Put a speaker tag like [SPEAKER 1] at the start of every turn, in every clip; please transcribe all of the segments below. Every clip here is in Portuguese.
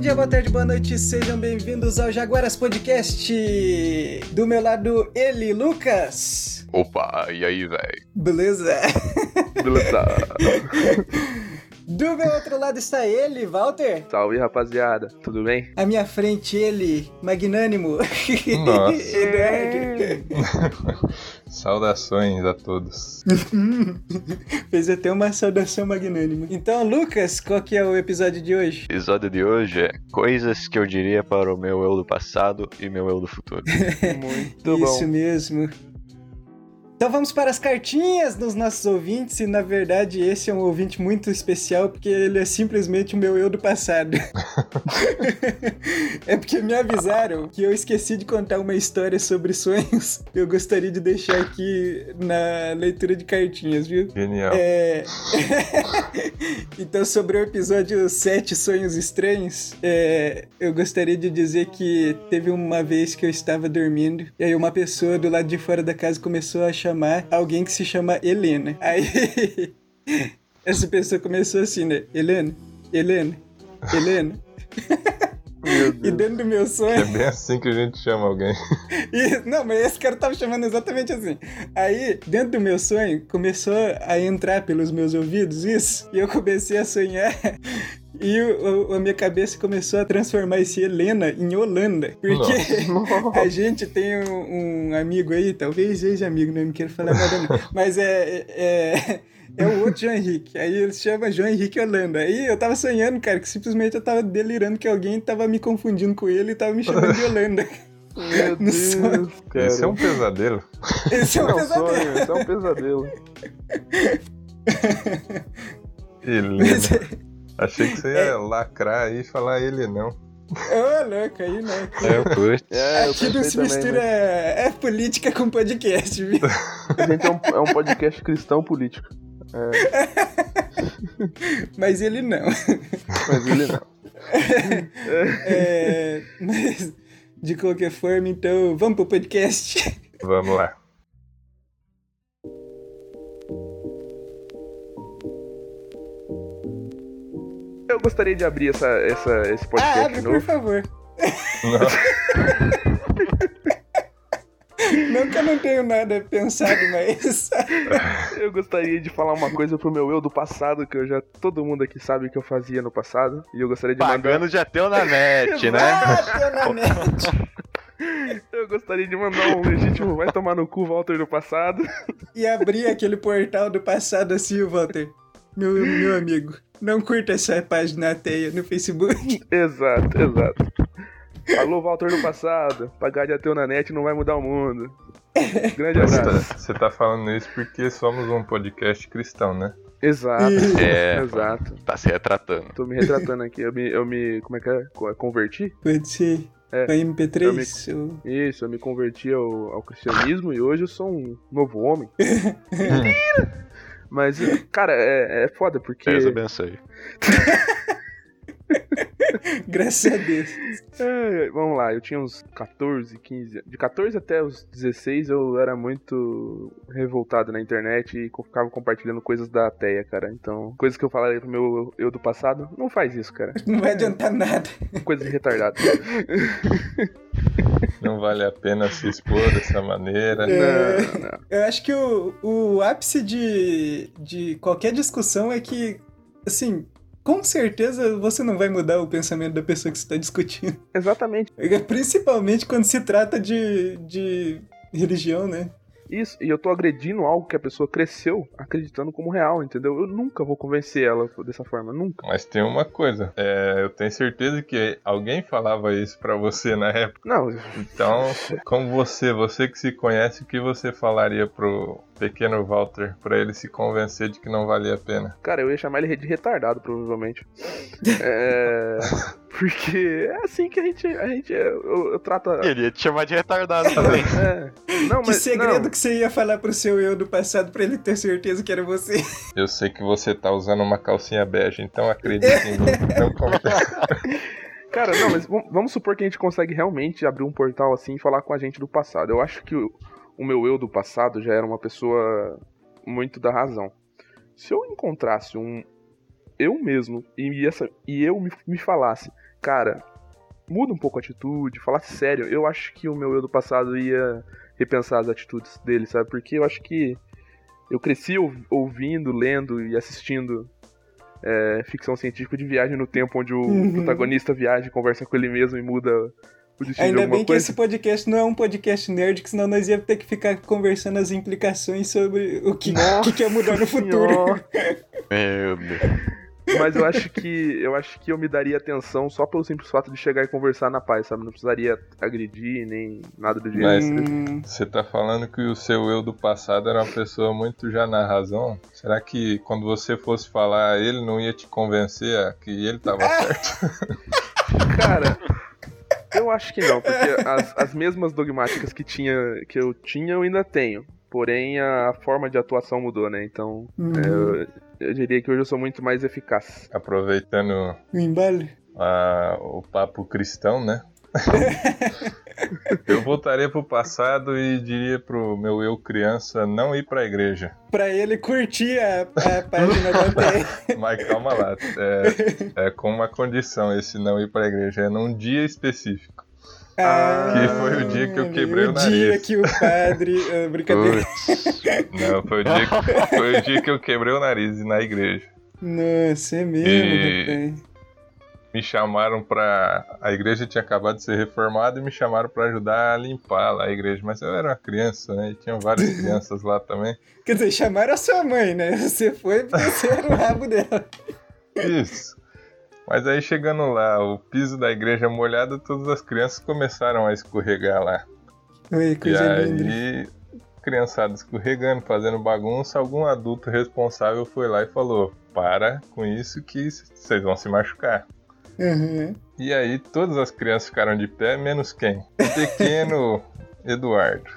[SPEAKER 1] dia, boa tarde, boa noite, sejam bem-vindos ao Jaguaras Podcast. Do meu lado, ele, Lucas.
[SPEAKER 2] Opa, e aí, velho?
[SPEAKER 1] Beleza?
[SPEAKER 2] Beleza?
[SPEAKER 3] tá.
[SPEAKER 1] Do meu outro lado está ele, Walter.
[SPEAKER 3] Salve, rapaziada. Tudo bem?
[SPEAKER 1] À minha frente, ele, magnânimo.
[SPEAKER 2] Nossa.
[SPEAKER 1] Eduardo.
[SPEAKER 2] Saudações a todos.
[SPEAKER 1] Fez até uma saudação magnânima. Então, Lucas, qual que é o episódio de hoje?
[SPEAKER 2] O episódio de hoje é coisas que eu diria para o meu eu do passado e meu eu do futuro.
[SPEAKER 3] Muito
[SPEAKER 1] Isso mesmo. Então vamos para as cartinhas dos nossos ouvintes, e na verdade esse é um ouvinte muito especial, porque ele é simplesmente o meu eu do passado. é porque me avisaram que eu esqueci de contar uma história sobre sonhos. Eu gostaria de deixar aqui na leitura de cartinhas, viu?
[SPEAKER 4] Genial.
[SPEAKER 1] É... então, sobre o episódio 7 Sonhos Estranhos, é, eu gostaria de dizer que teve uma vez que eu estava dormindo e aí uma pessoa do lado de fora da casa começou a chamar alguém que se chama Helena. Aí essa pessoa começou assim, né? Helena, Helena, Helena.
[SPEAKER 3] Meu
[SPEAKER 1] E
[SPEAKER 3] Deus.
[SPEAKER 1] dentro do meu
[SPEAKER 4] É
[SPEAKER 1] sonho.
[SPEAKER 4] bem assim que a gente chama alguém.
[SPEAKER 1] E- não, mas esse cara tava chamando exatamente assim. Aí, dentro do meu sonho, começou a entrar pelos meus ouvidos isso, e eu comecei a sonhar. E o- o- a minha cabeça começou a transformar esse Helena em Holanda. Porque a gente tem um, um amigo aí, talvez ex-amigo, não me quero falar nada não. Mas é... é... é o outro João Henrique. Aí ele se chama João Henrique Holanda. Aí eu tava sonhando, cara, que simplesmente eu tava delirando que alguém tava me confundindo com ele e tava me chamando de Holanda.
[SPEAKER 3] Meu
[SPEAKER 1] No sonho.
[SPEAKER 3] Deus, cara.
[SPEAKER 4] Esse é um pesadelo.
[SPEAKER 1] Esse é um
[SPEAKER 3] Não,
[SPEAKER 1] pesadelo.
[SPEAKER 3] sonho, esse é um pesadelo.
[SPEAKER 4] Helena. né? Achei que você ia lacrar aí e falar ele não.
[SPEAKER 1] Ô, louco, aí não.
[SPEAKER 3] É, eu
[SPEAKER 1] Aqui não
[SPEAKER 3] pensei
[SPEAKER 1] se
[SPEAKER 3] também, né?
[SPEAKER 1] mistura é política com podcast, viu?
[SPEAKER 3] mas A gente é um, é um podcast cristão político.
[SPEAKER 1] Mas ele não.
[SPEAKER 3] Mas ele não.
[SPEAKER 1] É, mas, de qualquer forma, então, vamos pro podcast.
[SPEAKER 4] Vamos lá.
[SPEAKER 3] Eu gostaria de abrir essa, essa, esse podcast
[SPEAKER 1] Ah, abre, por
[SPEAKER 3] novo.
[SPEAKER 1] favor.
[SPEAKER 4] Nossa,
[SPEAKER 1] Não que eu não tenho nada pensado, mas...
[SPEAKER 3] Eu gostaria de falar uma coisa pro meu eu do passado, que eu já. Todo mundo aqui sabe o que eu fazia no passado. E eu gostaria de mandar.
[SPEAKER 2] Pagando já teu na net, né?
[SPEAKER 1] Ah, tô na net.
[SPEAKER 3] Eu gostaria de mandar um legítimo vai tomar no cu Walter do passado.
[SPEAKER 1] E abri aquele portal do passado assim, Walter. Meu, meu amigo, não curta essa página ateia no Facebook.
[SPEAKER 3] Exato, exato. Alô, Walter do passado. Pagar de ateu na net não vai mudar o mundo. Grande
[SPEAKER 4] você
[SPEAKER 3] abraço.
[SPEAKER 4] tá, você tá falando isso porque somos um podcast cristão, né?
[SPEAKER 3] Exato.
[SPEAKER 1] E-
[SPEAKER 2] É,
[SPEAKER 3] Exato.
[SPEAKER 2] tá se retratando.
[SPEAKER 3] Tô me retratando aqui. Eu me. Eu me como é que é? Co- Converti?
[SPEAKER 1] Pode ser
[SPEAKER 3] É,
[SPEAKER 1] pra
[SPEAKER 3] eu me-
[SPEAKER 1] MP3? ou-
[SPEAKER 3] Isso, eu me converti ao, ao cristianismo e hoje eu sou um novo homem. Mas, cara, é, é foda porque.
[SPEAKER 2] Deus abençoe.
[SPEAKER 1] Graças a Deus.
[SPEAKER 3] É, vamos lá, eu tinha uns 14, 15. De 14 até os 16 eu era muito revoltado na internet e co- ficava compartilhando coisas da Ateia, cara. Então, coisas que eu falaria pro meu eu do passado, não faz isso, cara.
[SPEAKER 1] Não vai adiantar nada.
[SPEAKER 3] Coisa de retardado.
[SPEAKER 4] Não vale a pena se expor dessa maneira.
[SPEAKER 3] É. não, não.
[SPEAKER 1] Eu acho que o, o ápice de, de qualquer discussão é que, assim, com certeza você não vai mudar o pensamento da pessoa que você está discutindo.
[SPEAKER 3] Exatamente
[SPEAKER 1] Principalmente quando se trata de, de religião, né?
[SPEAKER 3] isso. E eu tô agredindo algo que a pessoa cresceu acreditando como real, entendeu? Eu nunca vou convencer ela dessa forma, nunca.
[SPEAKER 4] Mas tem uma coisa, é, eu tenho certeza que alguém falava isso pra você na época.
[SPEAKER 3] Não,
[SPEAKER 4] Então, como você, você que se conhece, o que você falaria pro pequeno Walter pra ele se convencer de que não valia a pena?
[SPEAKER 3] Cara, eu ia chamar ele de retardado, provavelmente. É. Porque é assim que a gente. A gente eu, eu trato. a-
[SPEAKER 2] Ele ia te chamar de retardado também.
[SPEAKER 3] É. Não,
[SPEAKER 1] Que
[SPEAKER 3] mas.
[SPEAKER 1] segredo
[SPEAKER 3] não.
[SPEAKER 1] que você ia falar pro seu eu do passado pra ele ter certeza que era você?
[SPEAKER 4] Eu sei que você tá usando uma calcinha bege, então acredite em mim. Não conta.
[SPEAKER 3] Cara, não, mas vam- vamos supor que a gente consegue realmente abrir um portal assim e falar com a gente do passado. Eu acho que o, o meu eu do passado já era uma pessoa muito da razão. Se eu encontrasse um. Eu mesmo e, essa, e eu me, me falasse. cara, muda um pouco a atitude, falar sério. Eu acho que o meu eu do passado ia repensar as atitudes dele, sabe? Porque eu acho que eu cresci ouv- ouvindo, lendo e assistindo é, ficção científica de viagem no tempo, onde o
[SPEAKER 1] Uhum.
[SPEAKER 3] protagonista viaja e conversa com ele mesmo e muda o destino de
[SPEAKER 1] Ainda
[SPEAKER 3] alguma
[SPEAKER 1] bem que
[SPEAKER 3] coisa.
[SPEAKER 1] esse podcast não é um podcast nerd, que senão nós ia ter que ficar conversando as implicações sobre o que, o que, que ia mudar no futuro.
[SPEAKER 3] Senhora.
[SPEAKER 2] Meu Deus.
[SPEAKER 3] Mas eu acho que eu acho que eu me daria atenção só pelo simples fato de chegar e conversar na paz, sabe? Não precisaria agredir nem nada do jeito.
[SPEAKER 4] Mas-
[SPEAKER 1] Hum,
[SPEAKER 4] Você tá falando que o seu eu do passado era uma pessoa muito já na razão? Será que quando você fosse falar, ele não ia te convencer a que ele tava certo?
[SPEAKER 3] Cara, eu acho que não, porque as, as mesmas dogmáticas que tinha que eu tinha eu ainda tenho. Porém, a forma de atuação mudou, né? Então,
[SPEAKER 1] hum,
[SPEAKER 4] é,
[SPEAKER 3] eu, eu diria que hoje eu sou muito mais eficaz.
[SPEAKER 4] Aproveitando
[SPEAKER 1] o embalo.
[SPEAKER 4] a- o papo cristão, né? eu voltaria pro passado e diria pro meu eu criança não ir pra igreja.
[SPEAKER 1] Pra ele curtir a, a página da TE.
[SPEAKER 4] Mas calma lá, é, é com uma condição esse não ir pra igreja, é num dia específico.
[SPEAKER 3] Que foi
[SPEAKER 4] o dia que eu
[SPEAKER 1] meu,
[SPEAKER 4] quebrei o
[SPEAKER 1] dia
[SPEAKER 4] nariz.
[SPEAKER 1] que Ah, o padre... ah, brincadeira.
[SPEAKER 2] Putz.
[SPEAKER 4] Não, foi o dia que, foi o dia que eu quebrei o nariz na igreja.
[SPEAKER 1] Nossa, é mesmo,
[SPEAKER 4] E-
[SPEAKER 1] rapaz.
[SPEAKER 4] me chamaram pra. A igreja tinha acabado de ser reformada e me chamaram pra ajudar a limpar lá a igreja. Mas eu era uma criança, né? E tinha várias crianças lá também.
[SPEAKER 1] Quer dizer, chamaram a sua mãe, né? Você foi porque você era o rabo dela.
[SPEAKER 4] Isso. Mas aí chegando lá, o piso da igreja molhado, todas as crianças começaram a escorregar lá.
[SPEAKER 1] Oi,
[SPEAKER 4] E
[SPEAKER 1] coisa linda.
[SPEAKER 4] aí, criançada escorregando, fazendo bagunça, algum adulto responsável foi lá e falou: Para com isso que vocês vão se machucar.
[SPEAKER 1] Uhum.
[SPEAKER 4] E aí todas as crianças ficaram de pé, menos quem? O pequeno Eduardo.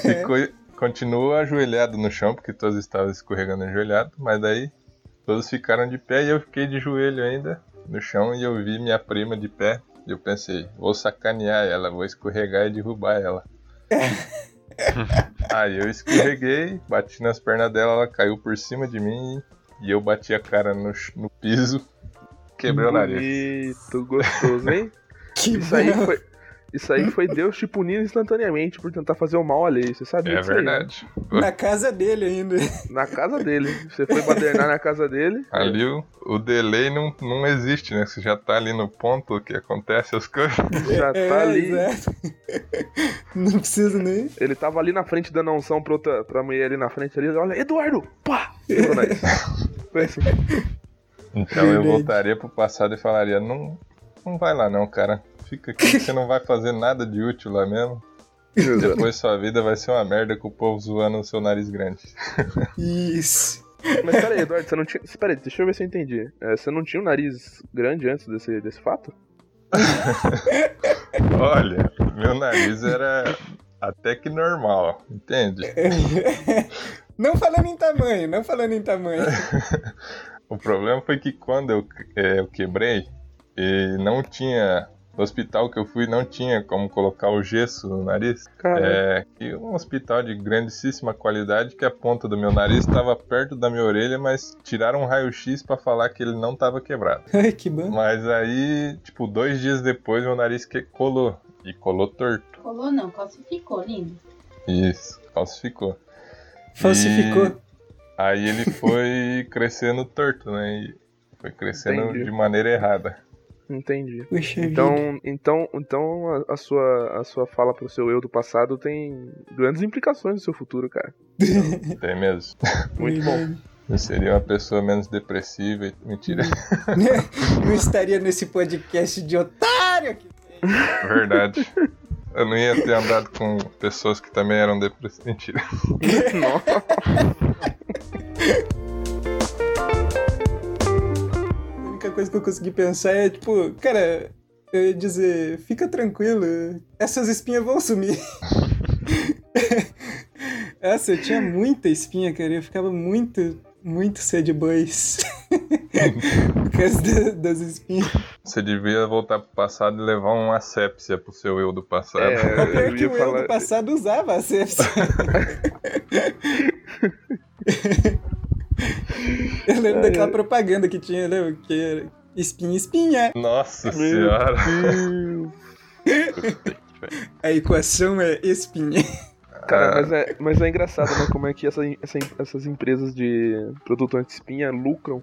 [SPEAKER 4] Ficou, continuou ajoelhado no chão, porque todos estavam escorregando ajoelhado, mas daí todos ficaram de pé e eu fiquei de joelho ainda no chão e eu vi minha prima de pé. E eu pensei, vou sacanear ela, vou escorregar e derrubar ela. aí eu escorreguei, bati nas pernas dela, ela caiu por cima de mim e eu bati a cara no, ch- no piso, quebrei o nariz.
[SPEAKER 3] Bonito, gostoso, hein?
[SPEAKER 1] Que
[SPEAKER 3] Isso aí
[SPEAKER 1] bom.
[SPEAKER 3] foi. Isso aí foi Deus te punindo instantaneamente por tentar fazer o mal alheio, você sabia
[SPEAKER 4] É
[SPEAKER 3] disso aí, né?
[SPEAKER 4] verdade.
[SPEAKER 1] Na casa dele ainda.
[SPEAKER 3] Na casa dele. Você foi badernar na casa dele.
[SPEAKER 4] Ali o, o delay não, não existe, né? Você já tá ali no ponto que acontece as coisas.
[SPEAKER 3] Já tá ali.
[SPEAKER 1] É, exato. Não precisa nem.
[SPEAKER 3] Ele tava ali na frente dando a unção pra, outra, pra mulher ali na frente ali. Olha, Eduardo! Pá! Quebrou o nariz. Foi assim.
[SPEAKER 4] Então eu
[SPEAKER 1] Verdade.
[SPEAKER 4] voltaria pro passado e falaria, não, não vai lá não, cara. Fica aqui que você não vai fazer nada de útil lá mesmo. Depois sua vida vai ser uma merda com o povo zoando o seu nariz grande.
[SPEAKER 1] Isso.
[SPEAKER 3] Mas peraí, Eduardo, você não tinha. Peraí, deixa eu ver se eu entendi. É, você não tinha um nariz grande antes desse, desse fato?
[SPEAKER 4] Olha, meu nariz era até que normal, entende?
[SPEAKER 1] Não falando em tamanho, não falando em tamanho.
[SPEAKER 4] O problema foi que quando eu, eh, eu quebrei, e não tinha... No hospital que eu fui não tinha como colocar o gesso no nariz.
[SPEAKER 3] Cara,
[SPEAKER 4] É, que um hospital de grandíssima qualidade que a ponta do meu nariz estava perto da minha orelha, mas tiraram um raio-x pra falar que ele não estava quebrado.
[SPEAKER 1] Ai, que bom.
[SPEAKER 4] Mas aí, tipo, dois dias depois, meu nariz que colou. E colou torto.
[SPEAKER 5] Colou não, calcificou, lindo.
[SPEAKER 4] Isso, falsificou.
[SPEAKER 1] Falsificou.
[SPEAKER 4] Aí ele foi crescendo torto, né? E foi crescendo
[SPEAKER 3] Entendi.
[SPEAKER 4] de maneira errada.
[SPEAKER 3] entendi.
[SPEAKER 1] Puxa vida.
[SPEAKER 3] Então, então, então a, a sua, a sua fala pro seu eu do passado tem grandes implicações no seu futuro, cara.
[SPEAKER 4] Até mesmo.
[SPEAKER 3] Muito bom.
[SPEAKER 4] Eu seria uma pessoa menos depressiva. e- Mentira.
[SPEAKER 1] Não estaria nesse podcast de otário aqui.
[SPEAKER 4] Verdade. Eu não ia ter andado com pessoas que também eram depressivas. Mentira.
[SPEAKER 3] Nossa.
[SPEAKER 1] A única coisa que eu consegui pensar é, tipo, cara, eu ia dizer, fica tranquilo, essas espinhas vão sumir. Nossa, eu tinha muita espinha, cara, eu ficava muito, muito sad boys. Por causa da- das espinhas.
[SPEAKER 4] Você devia voltar pro passado e levar uma sépsia pro seu eu do passado.
[SPEAKER 1] Mas
[SPEAKER 3] É,
[SPEAKER 1] pior
[SPEAKER 3] eu
[SPEAKER 1] que
[SPEAKER 3] ia
[SPEAKER 1] o eu do
[SPEAKER 3] falar.
[SPEAKER 1] passado usava a sepsia. Eu lembro daquela propaganda né, que tinha, lembra? Que era- Espinha, espinha.
[SPEAKER 4] Nossa senhora.
[SPEAKER 1] A equação é espinha.
[SPEAKER 3] Cara, mas é, mas é engraçado, né? Como é que essa- essa- essas empresas de produto anti-espinha lucram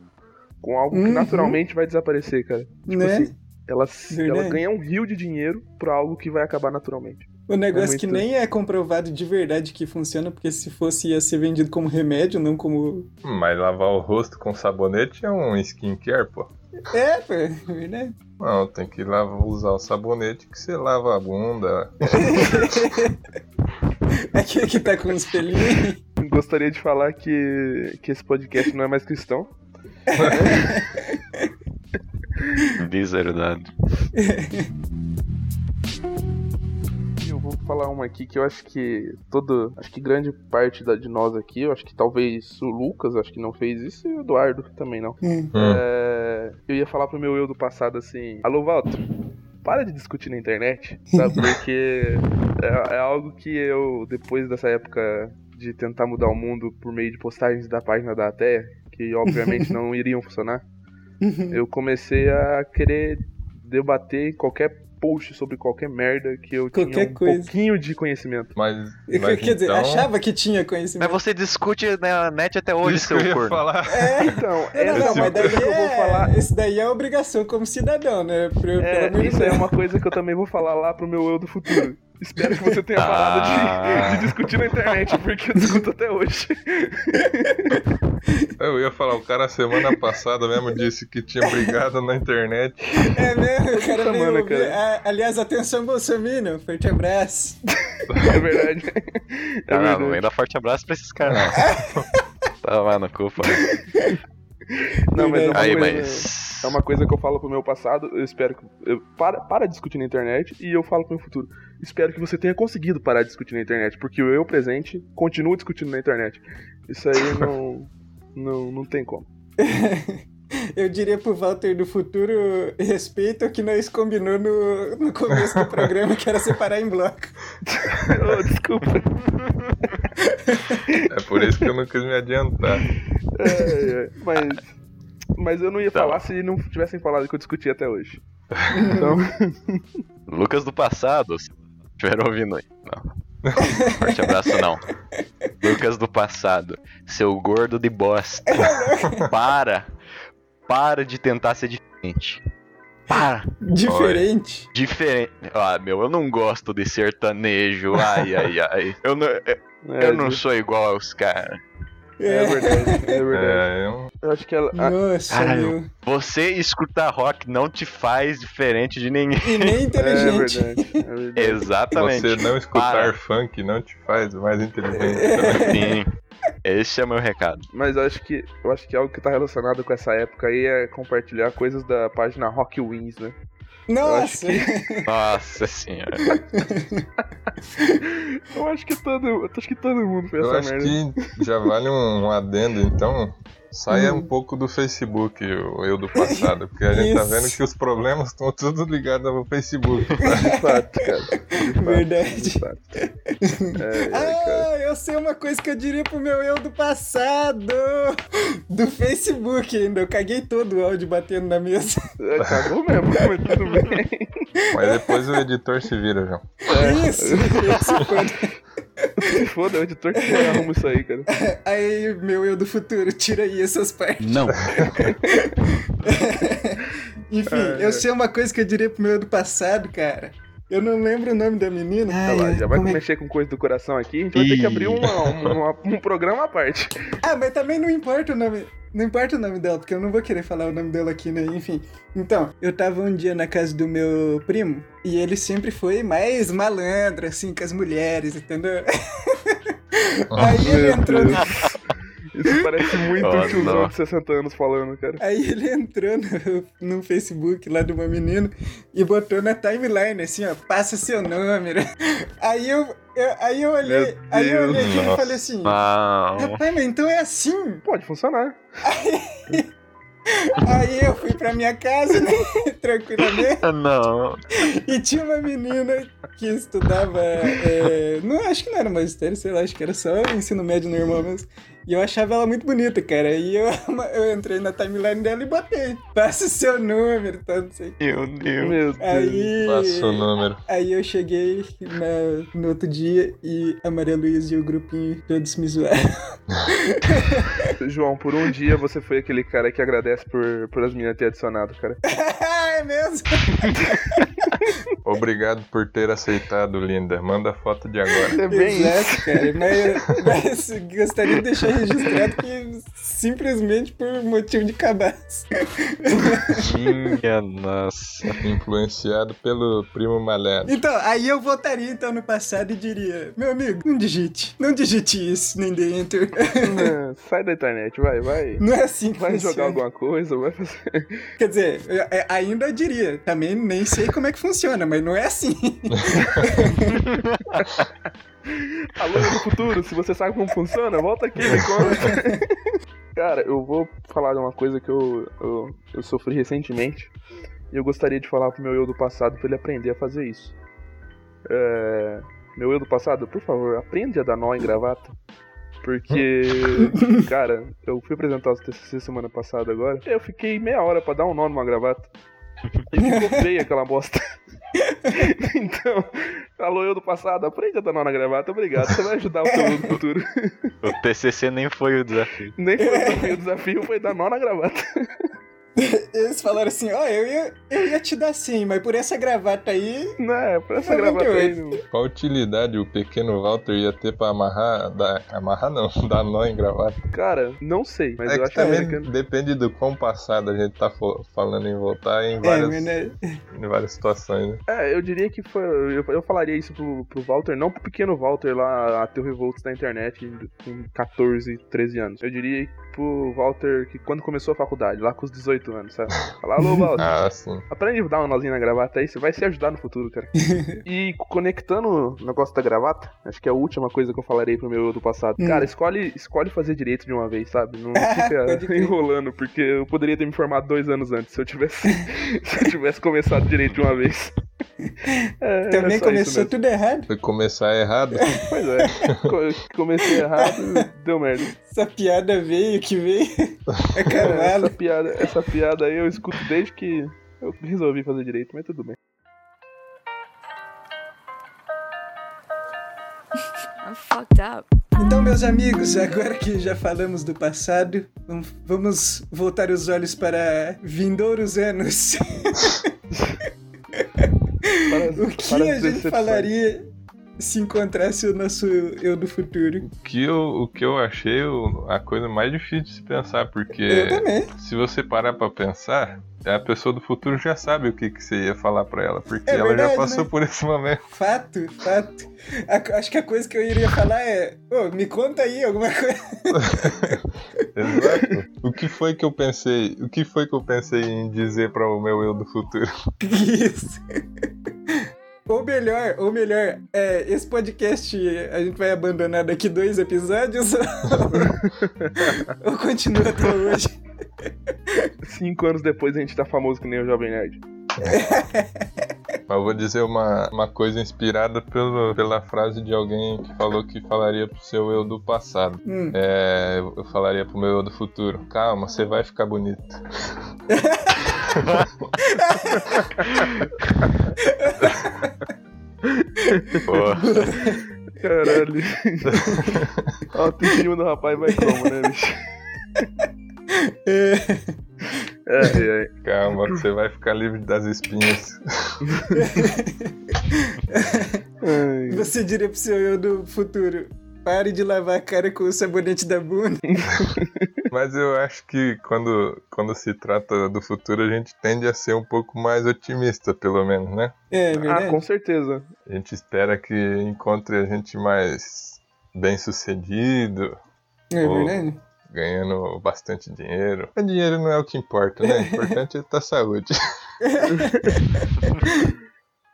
[SPEAKER 3] com algo que
[SPEAKER 1] Uhum.
[SPEAKER 3] naturalmente vai desaparecer, cara.
[SPEAKER 1] né?
[SPEAKER 3] assim, Ela, se- ela
[SPEAKER 1] Verdade.
[SPEAKER 3] ganha um rio de dinheiro por algo que vai acabar naturalmente.
[SPEAKER 1] O negócio
[SPEAKER 3] É muito-
[SPEAKER 1] que nem é comprovado de verdade que funciona, porque se fosse ia ser vendido como remédio, não como.
[SPEAKER 4] Mas lavar o rosto com sabonete é um skincare, pô.
[SPEAKER 1] É, pô, é verdade.
[SPEAKER 4] Não, tem que lavar, usar o sabonete que você lava a bunda.
[SPEAKER 1] Aquele que tá com os pelinhos.
[SPEAKER 3] Gostaria de falar que, que esse podcast não é mais cristão.
[SPEAKER 2] Deserdade.
[SPEAKER 3] E Eu vou falar uma aqui que eu acho que todo, acho que grande parte da, de nós aqui, eu acho que talvez o Lucas, acho que não fez isso, e o Eduardo também não.
[SPEAKER 1] Hum.
[SPEAKER 4] Hum,
[SPEAKER 3] É, eu ia falar pro meu eu do passado assim: Alô, Walter, para de discutir na internet, sabe? Porque é, é algo que eu, depois dessa época de tentar mudar o mundo por meio de postagens da página da Ateia, que obviamente não iriam funcionar,
[SPEAKER 1] Uhum.
[SPEAKER 3] eu comecei a querer debater qualquer post sobre qualquer merda que eu tinha
[SPEAKER 1] Qualquer
[SPEAKER 3] um
[SPEAKER 1] coisa.
[SPEAKER 3] pouquinho de conhecimento.
[SPEAKER 4] Mas,
[SPEAKER 1] Quer
[SPEAKER 4] mas
[SPEAKER 1] dizer,
[SPEAKER 4] então,
[SPEAKER 1] achava que tinha
[SPEAKER 2] Mas
[SPEAKER 1] conhecimento.
[SPEAKER 2] você discute na net até hoje,
[SPEAKER 4] isso que
[SPEAKER 2] seu
[SPEAKER 4] eu ia
[SPEAKER 2] corno.
[SPEAKER 4] falar.
[SPEAKER 1] É.
[SPEAKER 3] Então,
[SPEAKER 1] Não, não,
[SPEAKER 3] essa
[SPEAKER 1] não,
[SPEAKER 3] é uma
[SPEAKER 1] mas daí
[SPEAKER 3] coisa que eu vou falar.
[SPEAKER 1] é, esse daí é a obrigação como cidadão, né? Pra- pelo
[SPEAKER 3] É,
[SPEAKER 1] amor de
[SPEAKER 3] isso aí é
[SPEAKER 1] Deus.
[SPEAKER 3] uma coisa que eu também vou falar lá pro meu eu do futuro. Espero que você tenha parado de,
[SPEAKER 2] Ah.
[SPEAKER 3] de discutir na internet, porque eu discuto até hoje.
[SPEAKER 4] Eu ia falar, o cara semana passada mesmo disse que tinha brigado na internet.
[SPEAKER 1] É mesmo, o cara
[SPEAKER 3] Puta,
[SPEAKER 1] veio
[SPEAKER 3] mano,
[SPEAKER 1] ouvir.
[SPEAKER 3] cara.
[SPEAKER 1] Ah, aliás, atenção, Bolsonaro. Forte abraço.
[SPEAKER 3] É verdade. É
[SPEAKER 2] Ah, não,
[SPEAKER 3] verdade.
[SPEAKER 2] ainda forte abraço pra esses caras. não. Tá lá no cu, pô.
[SPEAKER 3] Não, mas é uma
[SPEAKER 2] Aí,
[SPEAKER 3] coisa...
[SPEAKER 2] mas.
[SPEAKER 3] É uma coisa que eu falo pro meu passado, eu espero que. Eu, para, para de discutir na internet e eu falo pro meu futuro. Espero que você tenha conseguido parar de discutir na internet, porque o eu presente continua discutindo na internet. Isso aí não. não, não tem como.
[SPEAKER 1] Eu diria pro Walter do futuro, respeita o que nós combinou no, no começo do programa, que era separar em bloco.
[SPEAKER 3] Oh, desculpa.
[SPEAKER 4] É por isso que eu não quis me adiantar.
[SPEAKER 3] É, é, mas, mas eu não ia
[SPEAKER 2] Tá.
[SPEAKER 3] falar se não tivessem falado que eu discuti até hoje. Então,
[SPEAKER 2] Lucas do passado, se estiver ouvindo aí. Não. Forte abraço, não. Lucas do passado, seu gordo de bosta. Para. Para de tentar ser diferente. Para.
[SPEAKER 1] Diferente.
[SPEAKER 2] Diferente. Ah, meu, eu não gosto de sertanejo. Ai, ai, ai. Eu não,
[SPEAKER 3] é,
[SPEAKER 2] eu não sou igual aos caras.
[SPEAKER 3] é verdade, Ah, é verdade.
[SPEAKER 4] É, eu-
[SPEAKER 3] Eu acho que ela. a-
[SPEAKER 1] Nossa,
[SPEAKER 2] Caralho.
[SPEAKER 1] meu.
[SPEAKER 2] Você escutar rock não te faz diferente de ninguém.
[SPEAKER 1] E nem
[SPEAKER 3] é
[SPEAKER 1] inteligente.
[SPEAKER 3] verdade, é verdade.
[SPEAKER 2] Exatamente.
[SPEAKER 4] você não escutar
[SPEAKER 2] Para.
[SPEAKER 4] funk não te faz mais inteligente.
[SPEAKER 2] Sim. Esse é meu recado.
[SPEAKER 3] Mas eu acho que eu acho que algo que tá relacionado com essa época aí é compartilhar coisas da página Rock Wins, né?
[SPEAKER 1] Nossa.
[SPEAKER 3] é,
[SPEAKER 2] Nossa senhora.
[SPEAKER 3] Eu acho que todo, eu acho que todo mundo fez
[SPEAKER 4] Eu
[SPEAKER 3] essa
[SPEAKER 4] acho
[SPEAKER 3] merda. Hum.
[SPEAKER 4] que já vale um, um adendo, então. Saia um pouco do Facebook, o eu do passado, porque a gente tá
[SPEAKER 1] Isso.
[SPEAKER 4] vendo que os problemas estão tudo ligados ao Facebook. tá?
[SPEAKER 3] De fato, cara. De fato,
[SPEAKER 1] Verdade.
[SPEAKER 3] De fato. É, é, cara.
[SPEAKER 1] Ah, eu sei uma coisa que eu diria pro meu eu do passado. Do Facebook ainda. Eu caguei todo o áudio batendo na mesa.
[SPEAKER 3] É, Cagou mesmo, mas tudo bem.
[SPEAKER 4] Mas depois o editor se vira, João.
[SPEAKER 3] É.
[SPEAKER 1] Isso. Esse foi
[SPEAKER 3] Se foda, é o editor que arruma isso aí, cara.
[SPEAKER 1] Aí, meu eu do futuro, tira aí essas partes.
[SPEAKER 2] Não.
[SPEAKER 1] Enfim,
[SPEAKER 3] Ai, ai.
[SPEAKER 1] eu sei uma coisa que eu diria pro meu eu do passado, cara. Eu não lembro o nome da menina.
[SPEAKER 3] Tá lá,
[SPEAKER 1] Ai,
[SPEAKER 3] já vai
[SPEAKER 1] como é-
[SPEAKER 3] mexer com coisa do coração aqui, a gente vai ter que
[SPEAKER 2] Ih.
[SPEAKER 3] abrir uma- uma- uma- um programa à parte.
[SPEAKER 1] Ah, mas também não importa o nome. Não importa o nome dela, porque eu não vou querer falar o nome dela aqui, né? Enfim. Então, eu tava um dia na casa do meu primo e ele sempre foi mais malandro, assim, com as mulheres, entendeu? Aí ele
[SPEAKER 3] Meu
[SPEAKER 1] entrou
[SPEAKER 3] Deus.
[SPEAKER 1] na
[SPEAKER 3] Isso parece muito
[SPEAKER 2] Oh,
[SPEAKER 3] um tiozão
[SPEAKER 2] não.
[SPEAKER 3] de 60 anos falando, cara.
[SPEAKER 1] Aí ele entrou no, no Facebook lá de uma menina e botou na timeline assim, ó, passa seu número. Aí eu, eu- aí eu olhei,
[SPEAKER 3] Meu
[SPEAKER 1] aí eu olhei
[SPEAKER 4] Deus.
[SPEAKER 1] aqui e falei assim,
[SPEAKER 2] Não.
[SPEAKER 1] rapaz, mas então é assim?
[SPEAKER 3] Pode funcionar.
[SPEAKER 1] Aí eu fui pra minha casa, né, tranquilamente,
[SPEAKER 2] Não.
[SPEAKER 1] e tinha uma menina que estudava, é, não, acho que não era magistério, sei lá, acho que era só ensino médio normal mesmo. E eu achava ela muito bonita, cara. E eu, eu entrei na timeline dela e botei. Passa o seu número, tá? Não sei.
[SPEAKER 2] Meu Deus.
[SPEAKER 3] Meu Deus.
[SPEAKER 1] Aí.
[SPEAKER 4] Passa o número.
[SPEAKER 1] Aí eu cheguei na- no outro dia e a Maria Luísa e o grupinho todos me zoaram.
[SPEAKER 3] João, por um dia você foi aquele cara que agradece por, por as meninas ter adicionado, cara.
[SPEAKER 1] é mesmo?
[SPEAKER 4] Obrigado por ter aceitado, linda. Manda a foto de agora.
[SPEAKER 3] É bem isso.
[SPEAKER 1] Exato, cara. Mas, mas gostaria de deixar registrado que simplesmente por motivo de cabaço.
[SPEAKER 2] Minha nossa.
[SPEAKER 4] Influenciado pelo primo malhado.
[SPEAKER 1] Então, aí eu voltaria então no passado e diria: Meu amigo, não digite. Não digite isso, nem dê enter.
[SPEAKER 3] Não, né? Sai da internet, vai, vai.
[SPEAKER 1] Não é assim que
[SPEAKER 3] Vai jogar
[SPEAKER 1] funciona.
[SPEAKER 3] alguma coisa, vai fazer.
[SPEAKER 1] Quer dizer, eu- é, ainda eu diria. Também nem sei como é que funciona, mas não é assim.
[SPEAKER 3] Alô do futuro, se você sabe como funciona, volta aqui e me conta. Cara, eu vou falar de uma coisa que eu, eu, eu sofri recentemente. E eu gostaria de falar pro meu eu do passado pra ele aprender a fazer isso. É, Meu eu do passado, por favor, aprende a dar nó em gravata. Porque, cara, eu fui apresentar os TCC semana passada agora. Eu fiquei meia hora pra dar um nó numa gravata. E ficou feia aquela bosta. então, Alô, eu do passado, aprende a dar nó na gravata, obrigado. Você vai ajudar o seu eu do futuro.
[SPEAKER 2] O TCC nem foi o desafio.
[SPEAKER 3] Nem foi o desafio, o desafio foi dar nó na gravata.
[SPEAKER 1] Eles falaram assim: Ó, eu, ia, eu ia te dar sim, mas por essa gravata aí.
[SPEAKER 3] Não, é, pra essa gravata aí. não-
[SPEAKER 4] Qual utilidade o pequeno Walter ia ter pra amarrar. Da... Amarrar não, dar nó em gravata.
[SPEAKER 3] Cara, não sei, mas
[SPEAKER 4] é
[SPEAKER 3] eu
[SPEAKER 4] que
[SPEAKER 3] acho que
[SPEAKER 4] também
[SPEAKER 3] americano.
[SPEAKER 4] depende do quão passado a gente tá fo- falando em voltar em
[SPEAKER 1] É,
[SPEAKER 4] várias,
[SPEAKER 1] mas né?
[SPEAKER 4] em várias situações, né?
[SPEAKER 3] É, eu diria que foi. Eu, eu falaria isso pro, pro Walter, não pro pequeno Walter lá, ateu revoltos da internet com 14, 13 anos. Eu diria pro Walter que quando começou a faculdade, lá com os 18 anos, sabe? Falar, alô, Walter.
[SPEAKER 4] Ah, sim.
[SPEAKER 3] Aprende a dar uma nozinha na gravata aí, você vai se ajudar no futuro, cara. e conectando o negócio da gravata, acho que é a última coisa que eu falarei pro meu eu do passado.
[SPEAKER 1] Hum.
[SPEAKER 3] Cara, escolhe, escolhe fazer direito de uma vez, sabe? Não fica
[SPEAKER 1] Pode crer.
[SPEAKER 3] enrolando, porque eu poderia ter me formado dois anos antes se eu tivesse, se eu tivesse começado direito de uma vez. É, é só
[SPEAKER 1] Também
[SPEAKER 3] isso
[SPEAKER 1] começou
[SPEAKER 3] mesmo.
[SPEAKER 1] tudo errado.
[SPEAKER 4] Foi começar errado.
[SPEAKER 3] Pois é. Co- Comecei errado, deu merda.
[SPEAKER 1] Essa piada veio que veio. É cavalo.
[SPEAKER 3] Essa piada, essa piada aí eu escuto desde que eu resolvi fazer direito, mas tudo bem.
[SPEAKER 6] I'm fucked up.
[SPEAKER 1] Então, meus amigos, agora que já falamos do passado, vam- vamos voltar os olhos para vindouros anos.
[SPEAKER 3] Para-
[SPEAKER 1] O que
[SPEAKER 3] para as
[SPEAKER 1] a gente
[SPEAKER 3] decepções.
[SPEAKER 1] falaria se encontrasse o nosso eu do futuro?
[SPEAKER 4] O que eu, o que eu achei o- a coisa mais difícil de se pensar,
[SPEAKER 1] Eu
[SPEAKER 4] porque
[SPEAKER 1] também.
[SPEAKER 4] se você parar pra pensar, a pessoa do futuro já sabe o que, que você ia falar pra ela, porque
[SPEAKER 1] É
[SPEAKER 4] ela
[SPEAKER 1] verdade,
[SPEAKER 4] já passou
[SPEAKER 1] né?
[SPEAKER 4] por esse momento.
[SPEAKER 1] Fato, fato. A co- acho que a coisa que eu iria falar é: Ô, me conta aí alguma coisa.
[SPEAKER 4] Exato. o que foi que eu pensei? O que foi que eu pensei em dizer pra o meu eu do futuro?
[SPEAKER 1] Isso. Ou melhor, ou melhor, é, esse podcast a gente vai abandonar daqui dois episódios ou, ou continua até hoje?
[SPEAKER 3] Cinco anos depois a gente tá famoso que nem o Jovem Nerd.
[SPEAKER 4] Mas eu vou dizer uma, uma coisa inspirada pelo, pela frase de alguém que falou que falaria pro seu eu do passado.
[SPEAKER 1] Hum.
[SPEAKER 4] É, eu falaria pro meu eu do futuro. Calma, você vai ficar bonito.
[SPEAKER 2] Pô,
[SPEAKER 3] Caralho. A autoestima do rapaz vai como, né, bicho?
[SPEAKER 1] É.
[SPEAKER 3] Ai, ai.
[SPEAKER 4] Calma, você vai ficar livre das espinhas.
[SPEAKER 3] ai.
[SPEAKER 1] Você é diria pro seu eu do futuro: pare de lavar a cara com o sabonete da bunda.
[SPEAKER 4] Mas eu acho que quando, quando se trata do futuro, a gente tende a ser um pouco mais otimista, pelo menos, né?
[SPEAKER 1] É verdade.
[SPEAKER 3] Ah, com certeza.
[SPEAKER 4] A gente espera que encontre a gente mais bem sucedido,
[SPEAKER 1] É
[SPEAKER 4] o-
[SPEAKER 1] verdade.
[SPEAKER 4] ganhando bastante dinheiro. Mas dinheiro não é o que importa, né? O importante é ter saúde.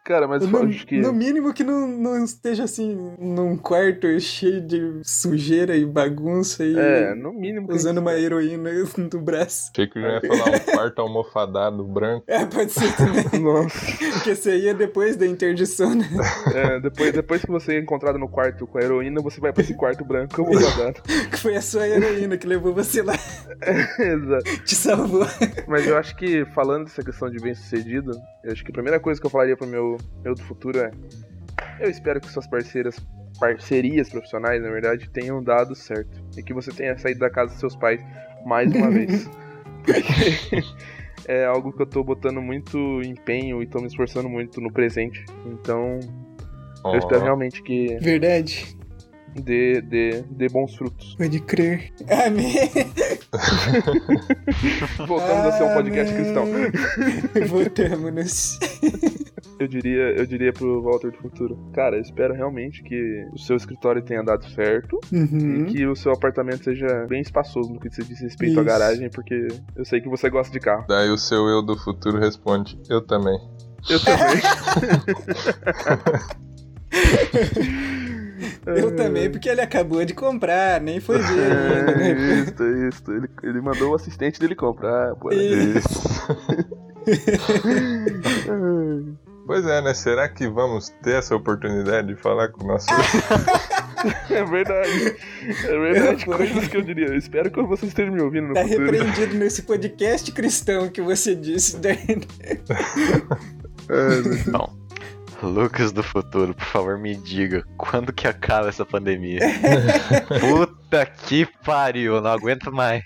[SPEAKER 3] Cara, mas eu
[SPEAKER 1] No,
[SPEAKER 3] acho que.
[SPEAKER 1] no mínimo que não, não esteja assim, num quarto cheio de sujeira e bagunça e
[SPEAKER 3] É, no mínimo. que a
[SPEAKER 1] usando
[SPEAKER 3] gente-
[SPEAKER 1] uma heroína no braço.
[SPEAKER 4] Achei que eu já ia falar um quarto almofadado branco.
[SPEAKER 1] É, pode ser também,
[SPEAKER 3] Nossa.
[SPEAKER 1] porque isso aí é depois da interdição, né?
[SPEAKER 3] É, depois, depois que você é encontrado no quarto com a heroína, você vai pra esse quarto branco. Eu vou guardar.
[SPEAKER 1] Que foi a sua heroína que levou você lá,
[SPEAKER 3] Exato.
[SPEAKER 1] te salvou.
[SPEAKER 3] Mas eu acho que falando dessa questão de bem-sucedido, eu acho que a primeira coisa que eu falaria pro meu, meu do futuro é eu espero que suas parceiras parcerias profissionais, na verdade, tenham dado certo e que você tenha saído da casa dos seus pais mais uma vez. Porque é algo que eu tô botando muito empenho e tô me esforçando muito no presente. Então, eu espero
[SPEAKER 4] Ó,
[SPEAKER 3] realmente que
[SPEAKER 1] Verdade,
[SPEAKER 3] dê, dê, dê bons frutos.
[SPEAKER 1] pode crer. Amém.
[SPEAKER 3] Voltamos a ser um podcast
[SPEAKER 1] Amém.
[SPEAKER 3] cristão.
[SPEAKER 1] Voltamos.
[SPEAKER 3] Eu diria, eu diria pro Walter do futuro, cara, eu espero realmente que o seu escritório tenha dado certo
[SPEAKER 1] Uhum.
[SPEAKER 3] e que o seu apartamento seja bem espaçoso no que se diz respeito
[SPEAKER 1] Isso.
[SPEAKER 3] à garagem, porque eu sei que você gosta de carro.
[SPEAKER 4] Daí o seu eu do futuro responde, eu também.
[SPEAKER 3] Eu também.
[SPEAKER 1] Eu também, porque ele acabou de comprar, nem foi ver ainda, né?
[SPEAKER 3] É, isso, isso. Ele, ele mandou o assistente dele comprar. Ah, pô,
[SPEAKER 1] Isso.
[SPEAKER 4] Pois é, né? Será que vamos ter essa oportunidade de falar com o nosso...
[SPEAKER 1] Ah.
[SPEAKER 3] É verdade. É verdade.
[SPEAKER 1] Eu-
[SPEAKER 3] Coisas que eu diria. Eu espero que vocês estejam me ouvindo no
[SPEAKER 1] Tá
[SPEAKER 3] futuro.
[SPEAKER 1] repreendido nesse podcast cristão que você disse, né? Dani.
[SPEAKER 3] É,
[SPEAKER 2] Lucas do futuro, por favor me diga, quando que acaba essa pandemia? Puta que pariu, não aguento mais.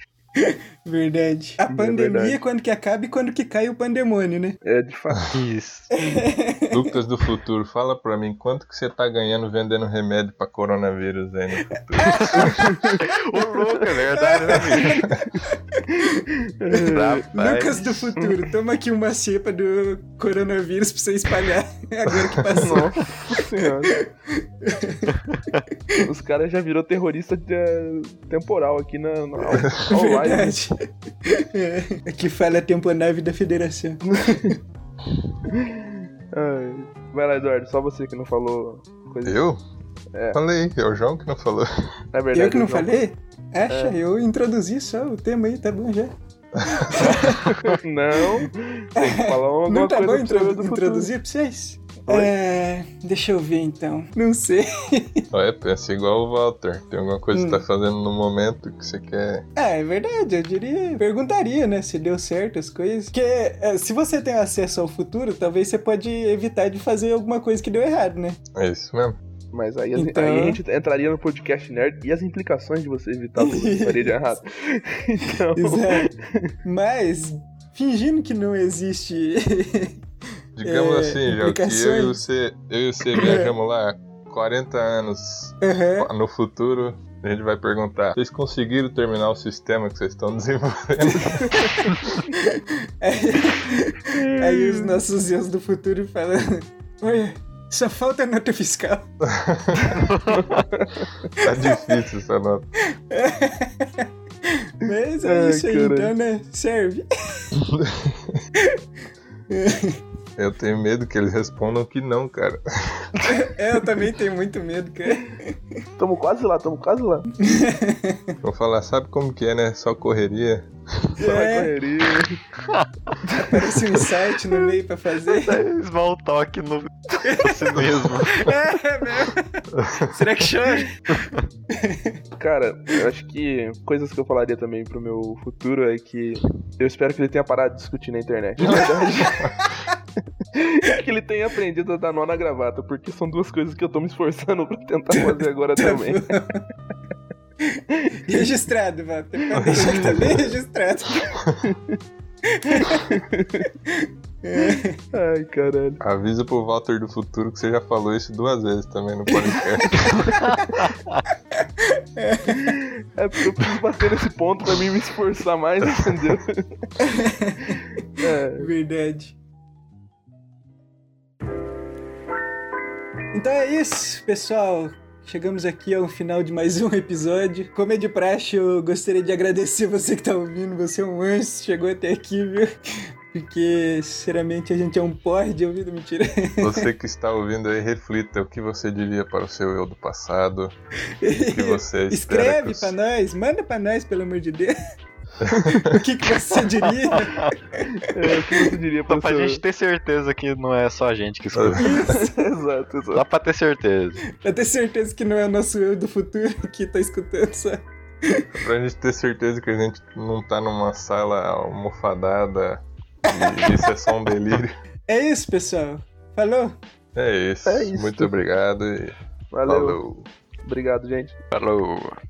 [SPEAKER 1] Verdade. A
[SPEAKER 3] É
[SPEAKER 1] pandemia,
[SPEAKER 3] verdade.
[SPEAKER 1] quando que acaba e quando que cai o pandemônio, né?
[SPEAKER 3] é de fato.
[SPEAKER 2] Isso.
[SPEAKER 4] Lucas do futuro, fala pra mim, quanto que você tá ganhando vendendo remédio pra coronavírus aí né? no futuro?
[SPEAKER 2] Ô, louco, é verdade, né, bicho?
[SPEAKER 1] É
[SPEAKER 2] Rapaz.
[SPEAKER 1] Lucas do futuro, toma aqui uma cepa do coronavírus pra você espalhar agora que passou.
[SPEAKER 3] Nossa senhora. Os caras já virou terrorista de- eh, temporal aqui na, na ao- online.
[SPEAKER 1] Verdade. É, aqui fala a temponave da federação.
[SPEAKER 3] Ai. Vai lá, Eduardo, só você que não falou coisa.
[SPEAKER 4] Eu?
[SPEAKER 3] É.
[SPEAKER 4] Falei, é o João que não falou.
[SPEAKER 3] Na verdade, É.
[SPEAKER 1] eu que não
[SPEAKER 3] João-
[SPEAKER 1] falei? Acha, eu introduzi só o tema aí, tá bom já.
[SPEAKER 3] Não. Tem que falar alguma
[SPEAKER 1] Não tá
[SPEAKER 3] é coisa
[SPEAKER 1] bom intro-
[SPEAKER 3] pro seu eu do futuro.
[SPEAKER 1] introduzir pra vocês?
[SPEAKER 3] Oi?
[SPEAKER 1] É, deixa eu ver então. Não sei.
[SPEAKER 4] Olha, pensa é, assim igual o Walter. Tem alguma coisa
[SPEAKER 1] Hum.
[SPEAKER 4] que tá fazendo no momento que você quer...
[SPEAKER 1] Ah, é verdade, eu diria. Perguntaria, né, se deu certo as coisas. Porque é, se você tem acesso ao futuro, talvez você pode evitar de fazer alguma coisa que deu errado, né?
[SPEAKER 4] É isso mesmo.
[SPEAKER 3] Mas aí, as-
[SPEAKER 1] Então-
[SPEAKER 3] aí a gente entraria no podcast nerd e as implicações de você evitar tudo que faria de errado. Então.
[SPEAKER 1] Exato. Mas, fingindo que não existe.
[SPEAKER 4] Digamos
[SPEAKER 1] É,
[SPEAKER 4] assim, João, que
[SPEAKER 1] implicações.
[SPEAKER 4] eu e você, eu e você viajamos lá 40 anos
[SPEAKER 1] Aham.
[SPEAKER 4] no futuro. A gente vai perguntar: vocês conseguiram terminar o sistema que vocês estão desenvolvendo?
[SPEAKER 1] Aí, aí os nossos erros do futuro falam: Olha, só falta nota fiscal.
[SPEAKER 4] tá difícil essa nota.
[SPEAKER 1] Mas é
[SPEAKER 3] Ai,
[SPEAKER 1] isso aí,
[SPEAKER 3] caralho.
[SPEAKER 1] então, né? Serve.
[SPEAKER 4] Eu tenho medo que eles respondam que não, cara.
[SPEAKER 1] É, eu também tenho muito medo, cara.
[SPEAKER 3] Tamo quase lá, tamo quase lá.
[SPEAKER 4] Vou falar: sabe como que é, né? Só correria.
[SPEAKER 3] Só na
[SPEAKER 1] É.
[SPEAKER 3] correria.
[SPEAKER 1] Parece um site no meio pra fazer.
[SPEAKER 2] Small talk no si mesmo.
[SPEAKER 1] É, meu. Será que chora?
[SPEAKER 3] Cara, eu acho que coisas que eu falaria também pro meu futuro é que eu espero que ele tenha parado de discutir na internet. Na verdade. que ele tenha aprendido a dar nó na gravata, porque são duas coisas que eu tô me esforçando pra tentar fazer agora também.
[SPEAKER 1] Registrado, Walter. Pode deixar que tá bem registrado.
[SPEAKER 3] Ai, caralho.
[SPEAKER 4] Avisa pro Walter do futuro que você já falou isso duas vezes também no podcast.
[SPEAKER 3] É porque eu preciso bater nesse ponto pra mim me esforçar mais, entendeu? É,
[SPEAKER 1] Verdade. Então é isso, pessoal. Chegamos aqui ao final de mais um episódio. Como é de praxe, eu gostaria de agradecer você que tá ouvindo. Você é um anjo, chegou até aqui, viu? Porque, sinceramente, a gente é um porre de ouvido, mentira.
[SPEAKER 4] Você que está ouvindo aí, reflita o que você diria para o seu eu do passado. O que você espera
[SPEAKER 1] Escreve
[SPEAKER 4] que os-
[SPEAKER 1] pra nós, manda pra nós, pelo amor de Deus. o que, que você diria?
[SPEAKER 3] É, o que você diria
[SPEAKER 2] Só
[SPEAKER 3] pro
[SPEAKER 2] pra
[SPEAKER 3] seu-
[SPEAKER 2] gente ter certeza que não é só a gente que escuta.
[SPEAKER 3] exato, exato.
[SPEAKER 2] Só pra ter certeza.
[SPEAKER 1] Pra ter certeza que não é o nosso eu do futuro que tá escutando só.
[SPEAKER 4] Pra gente ter certeza que a gente não tá numa sala almofadada e isso é só um delírio.
[SPEAKER 1] É isso, pessoal. Falou?
[SPEAKER 4] É isso.
[SPEAKER 3] É isso.
[SPEAKER 4] Muito obrigado e
[SPEAKER 3] Valeu.
[SPEAKER 4] falou.
[SPEAKER 3] Obrigado, gente.
[SPEAKER 2] Falou.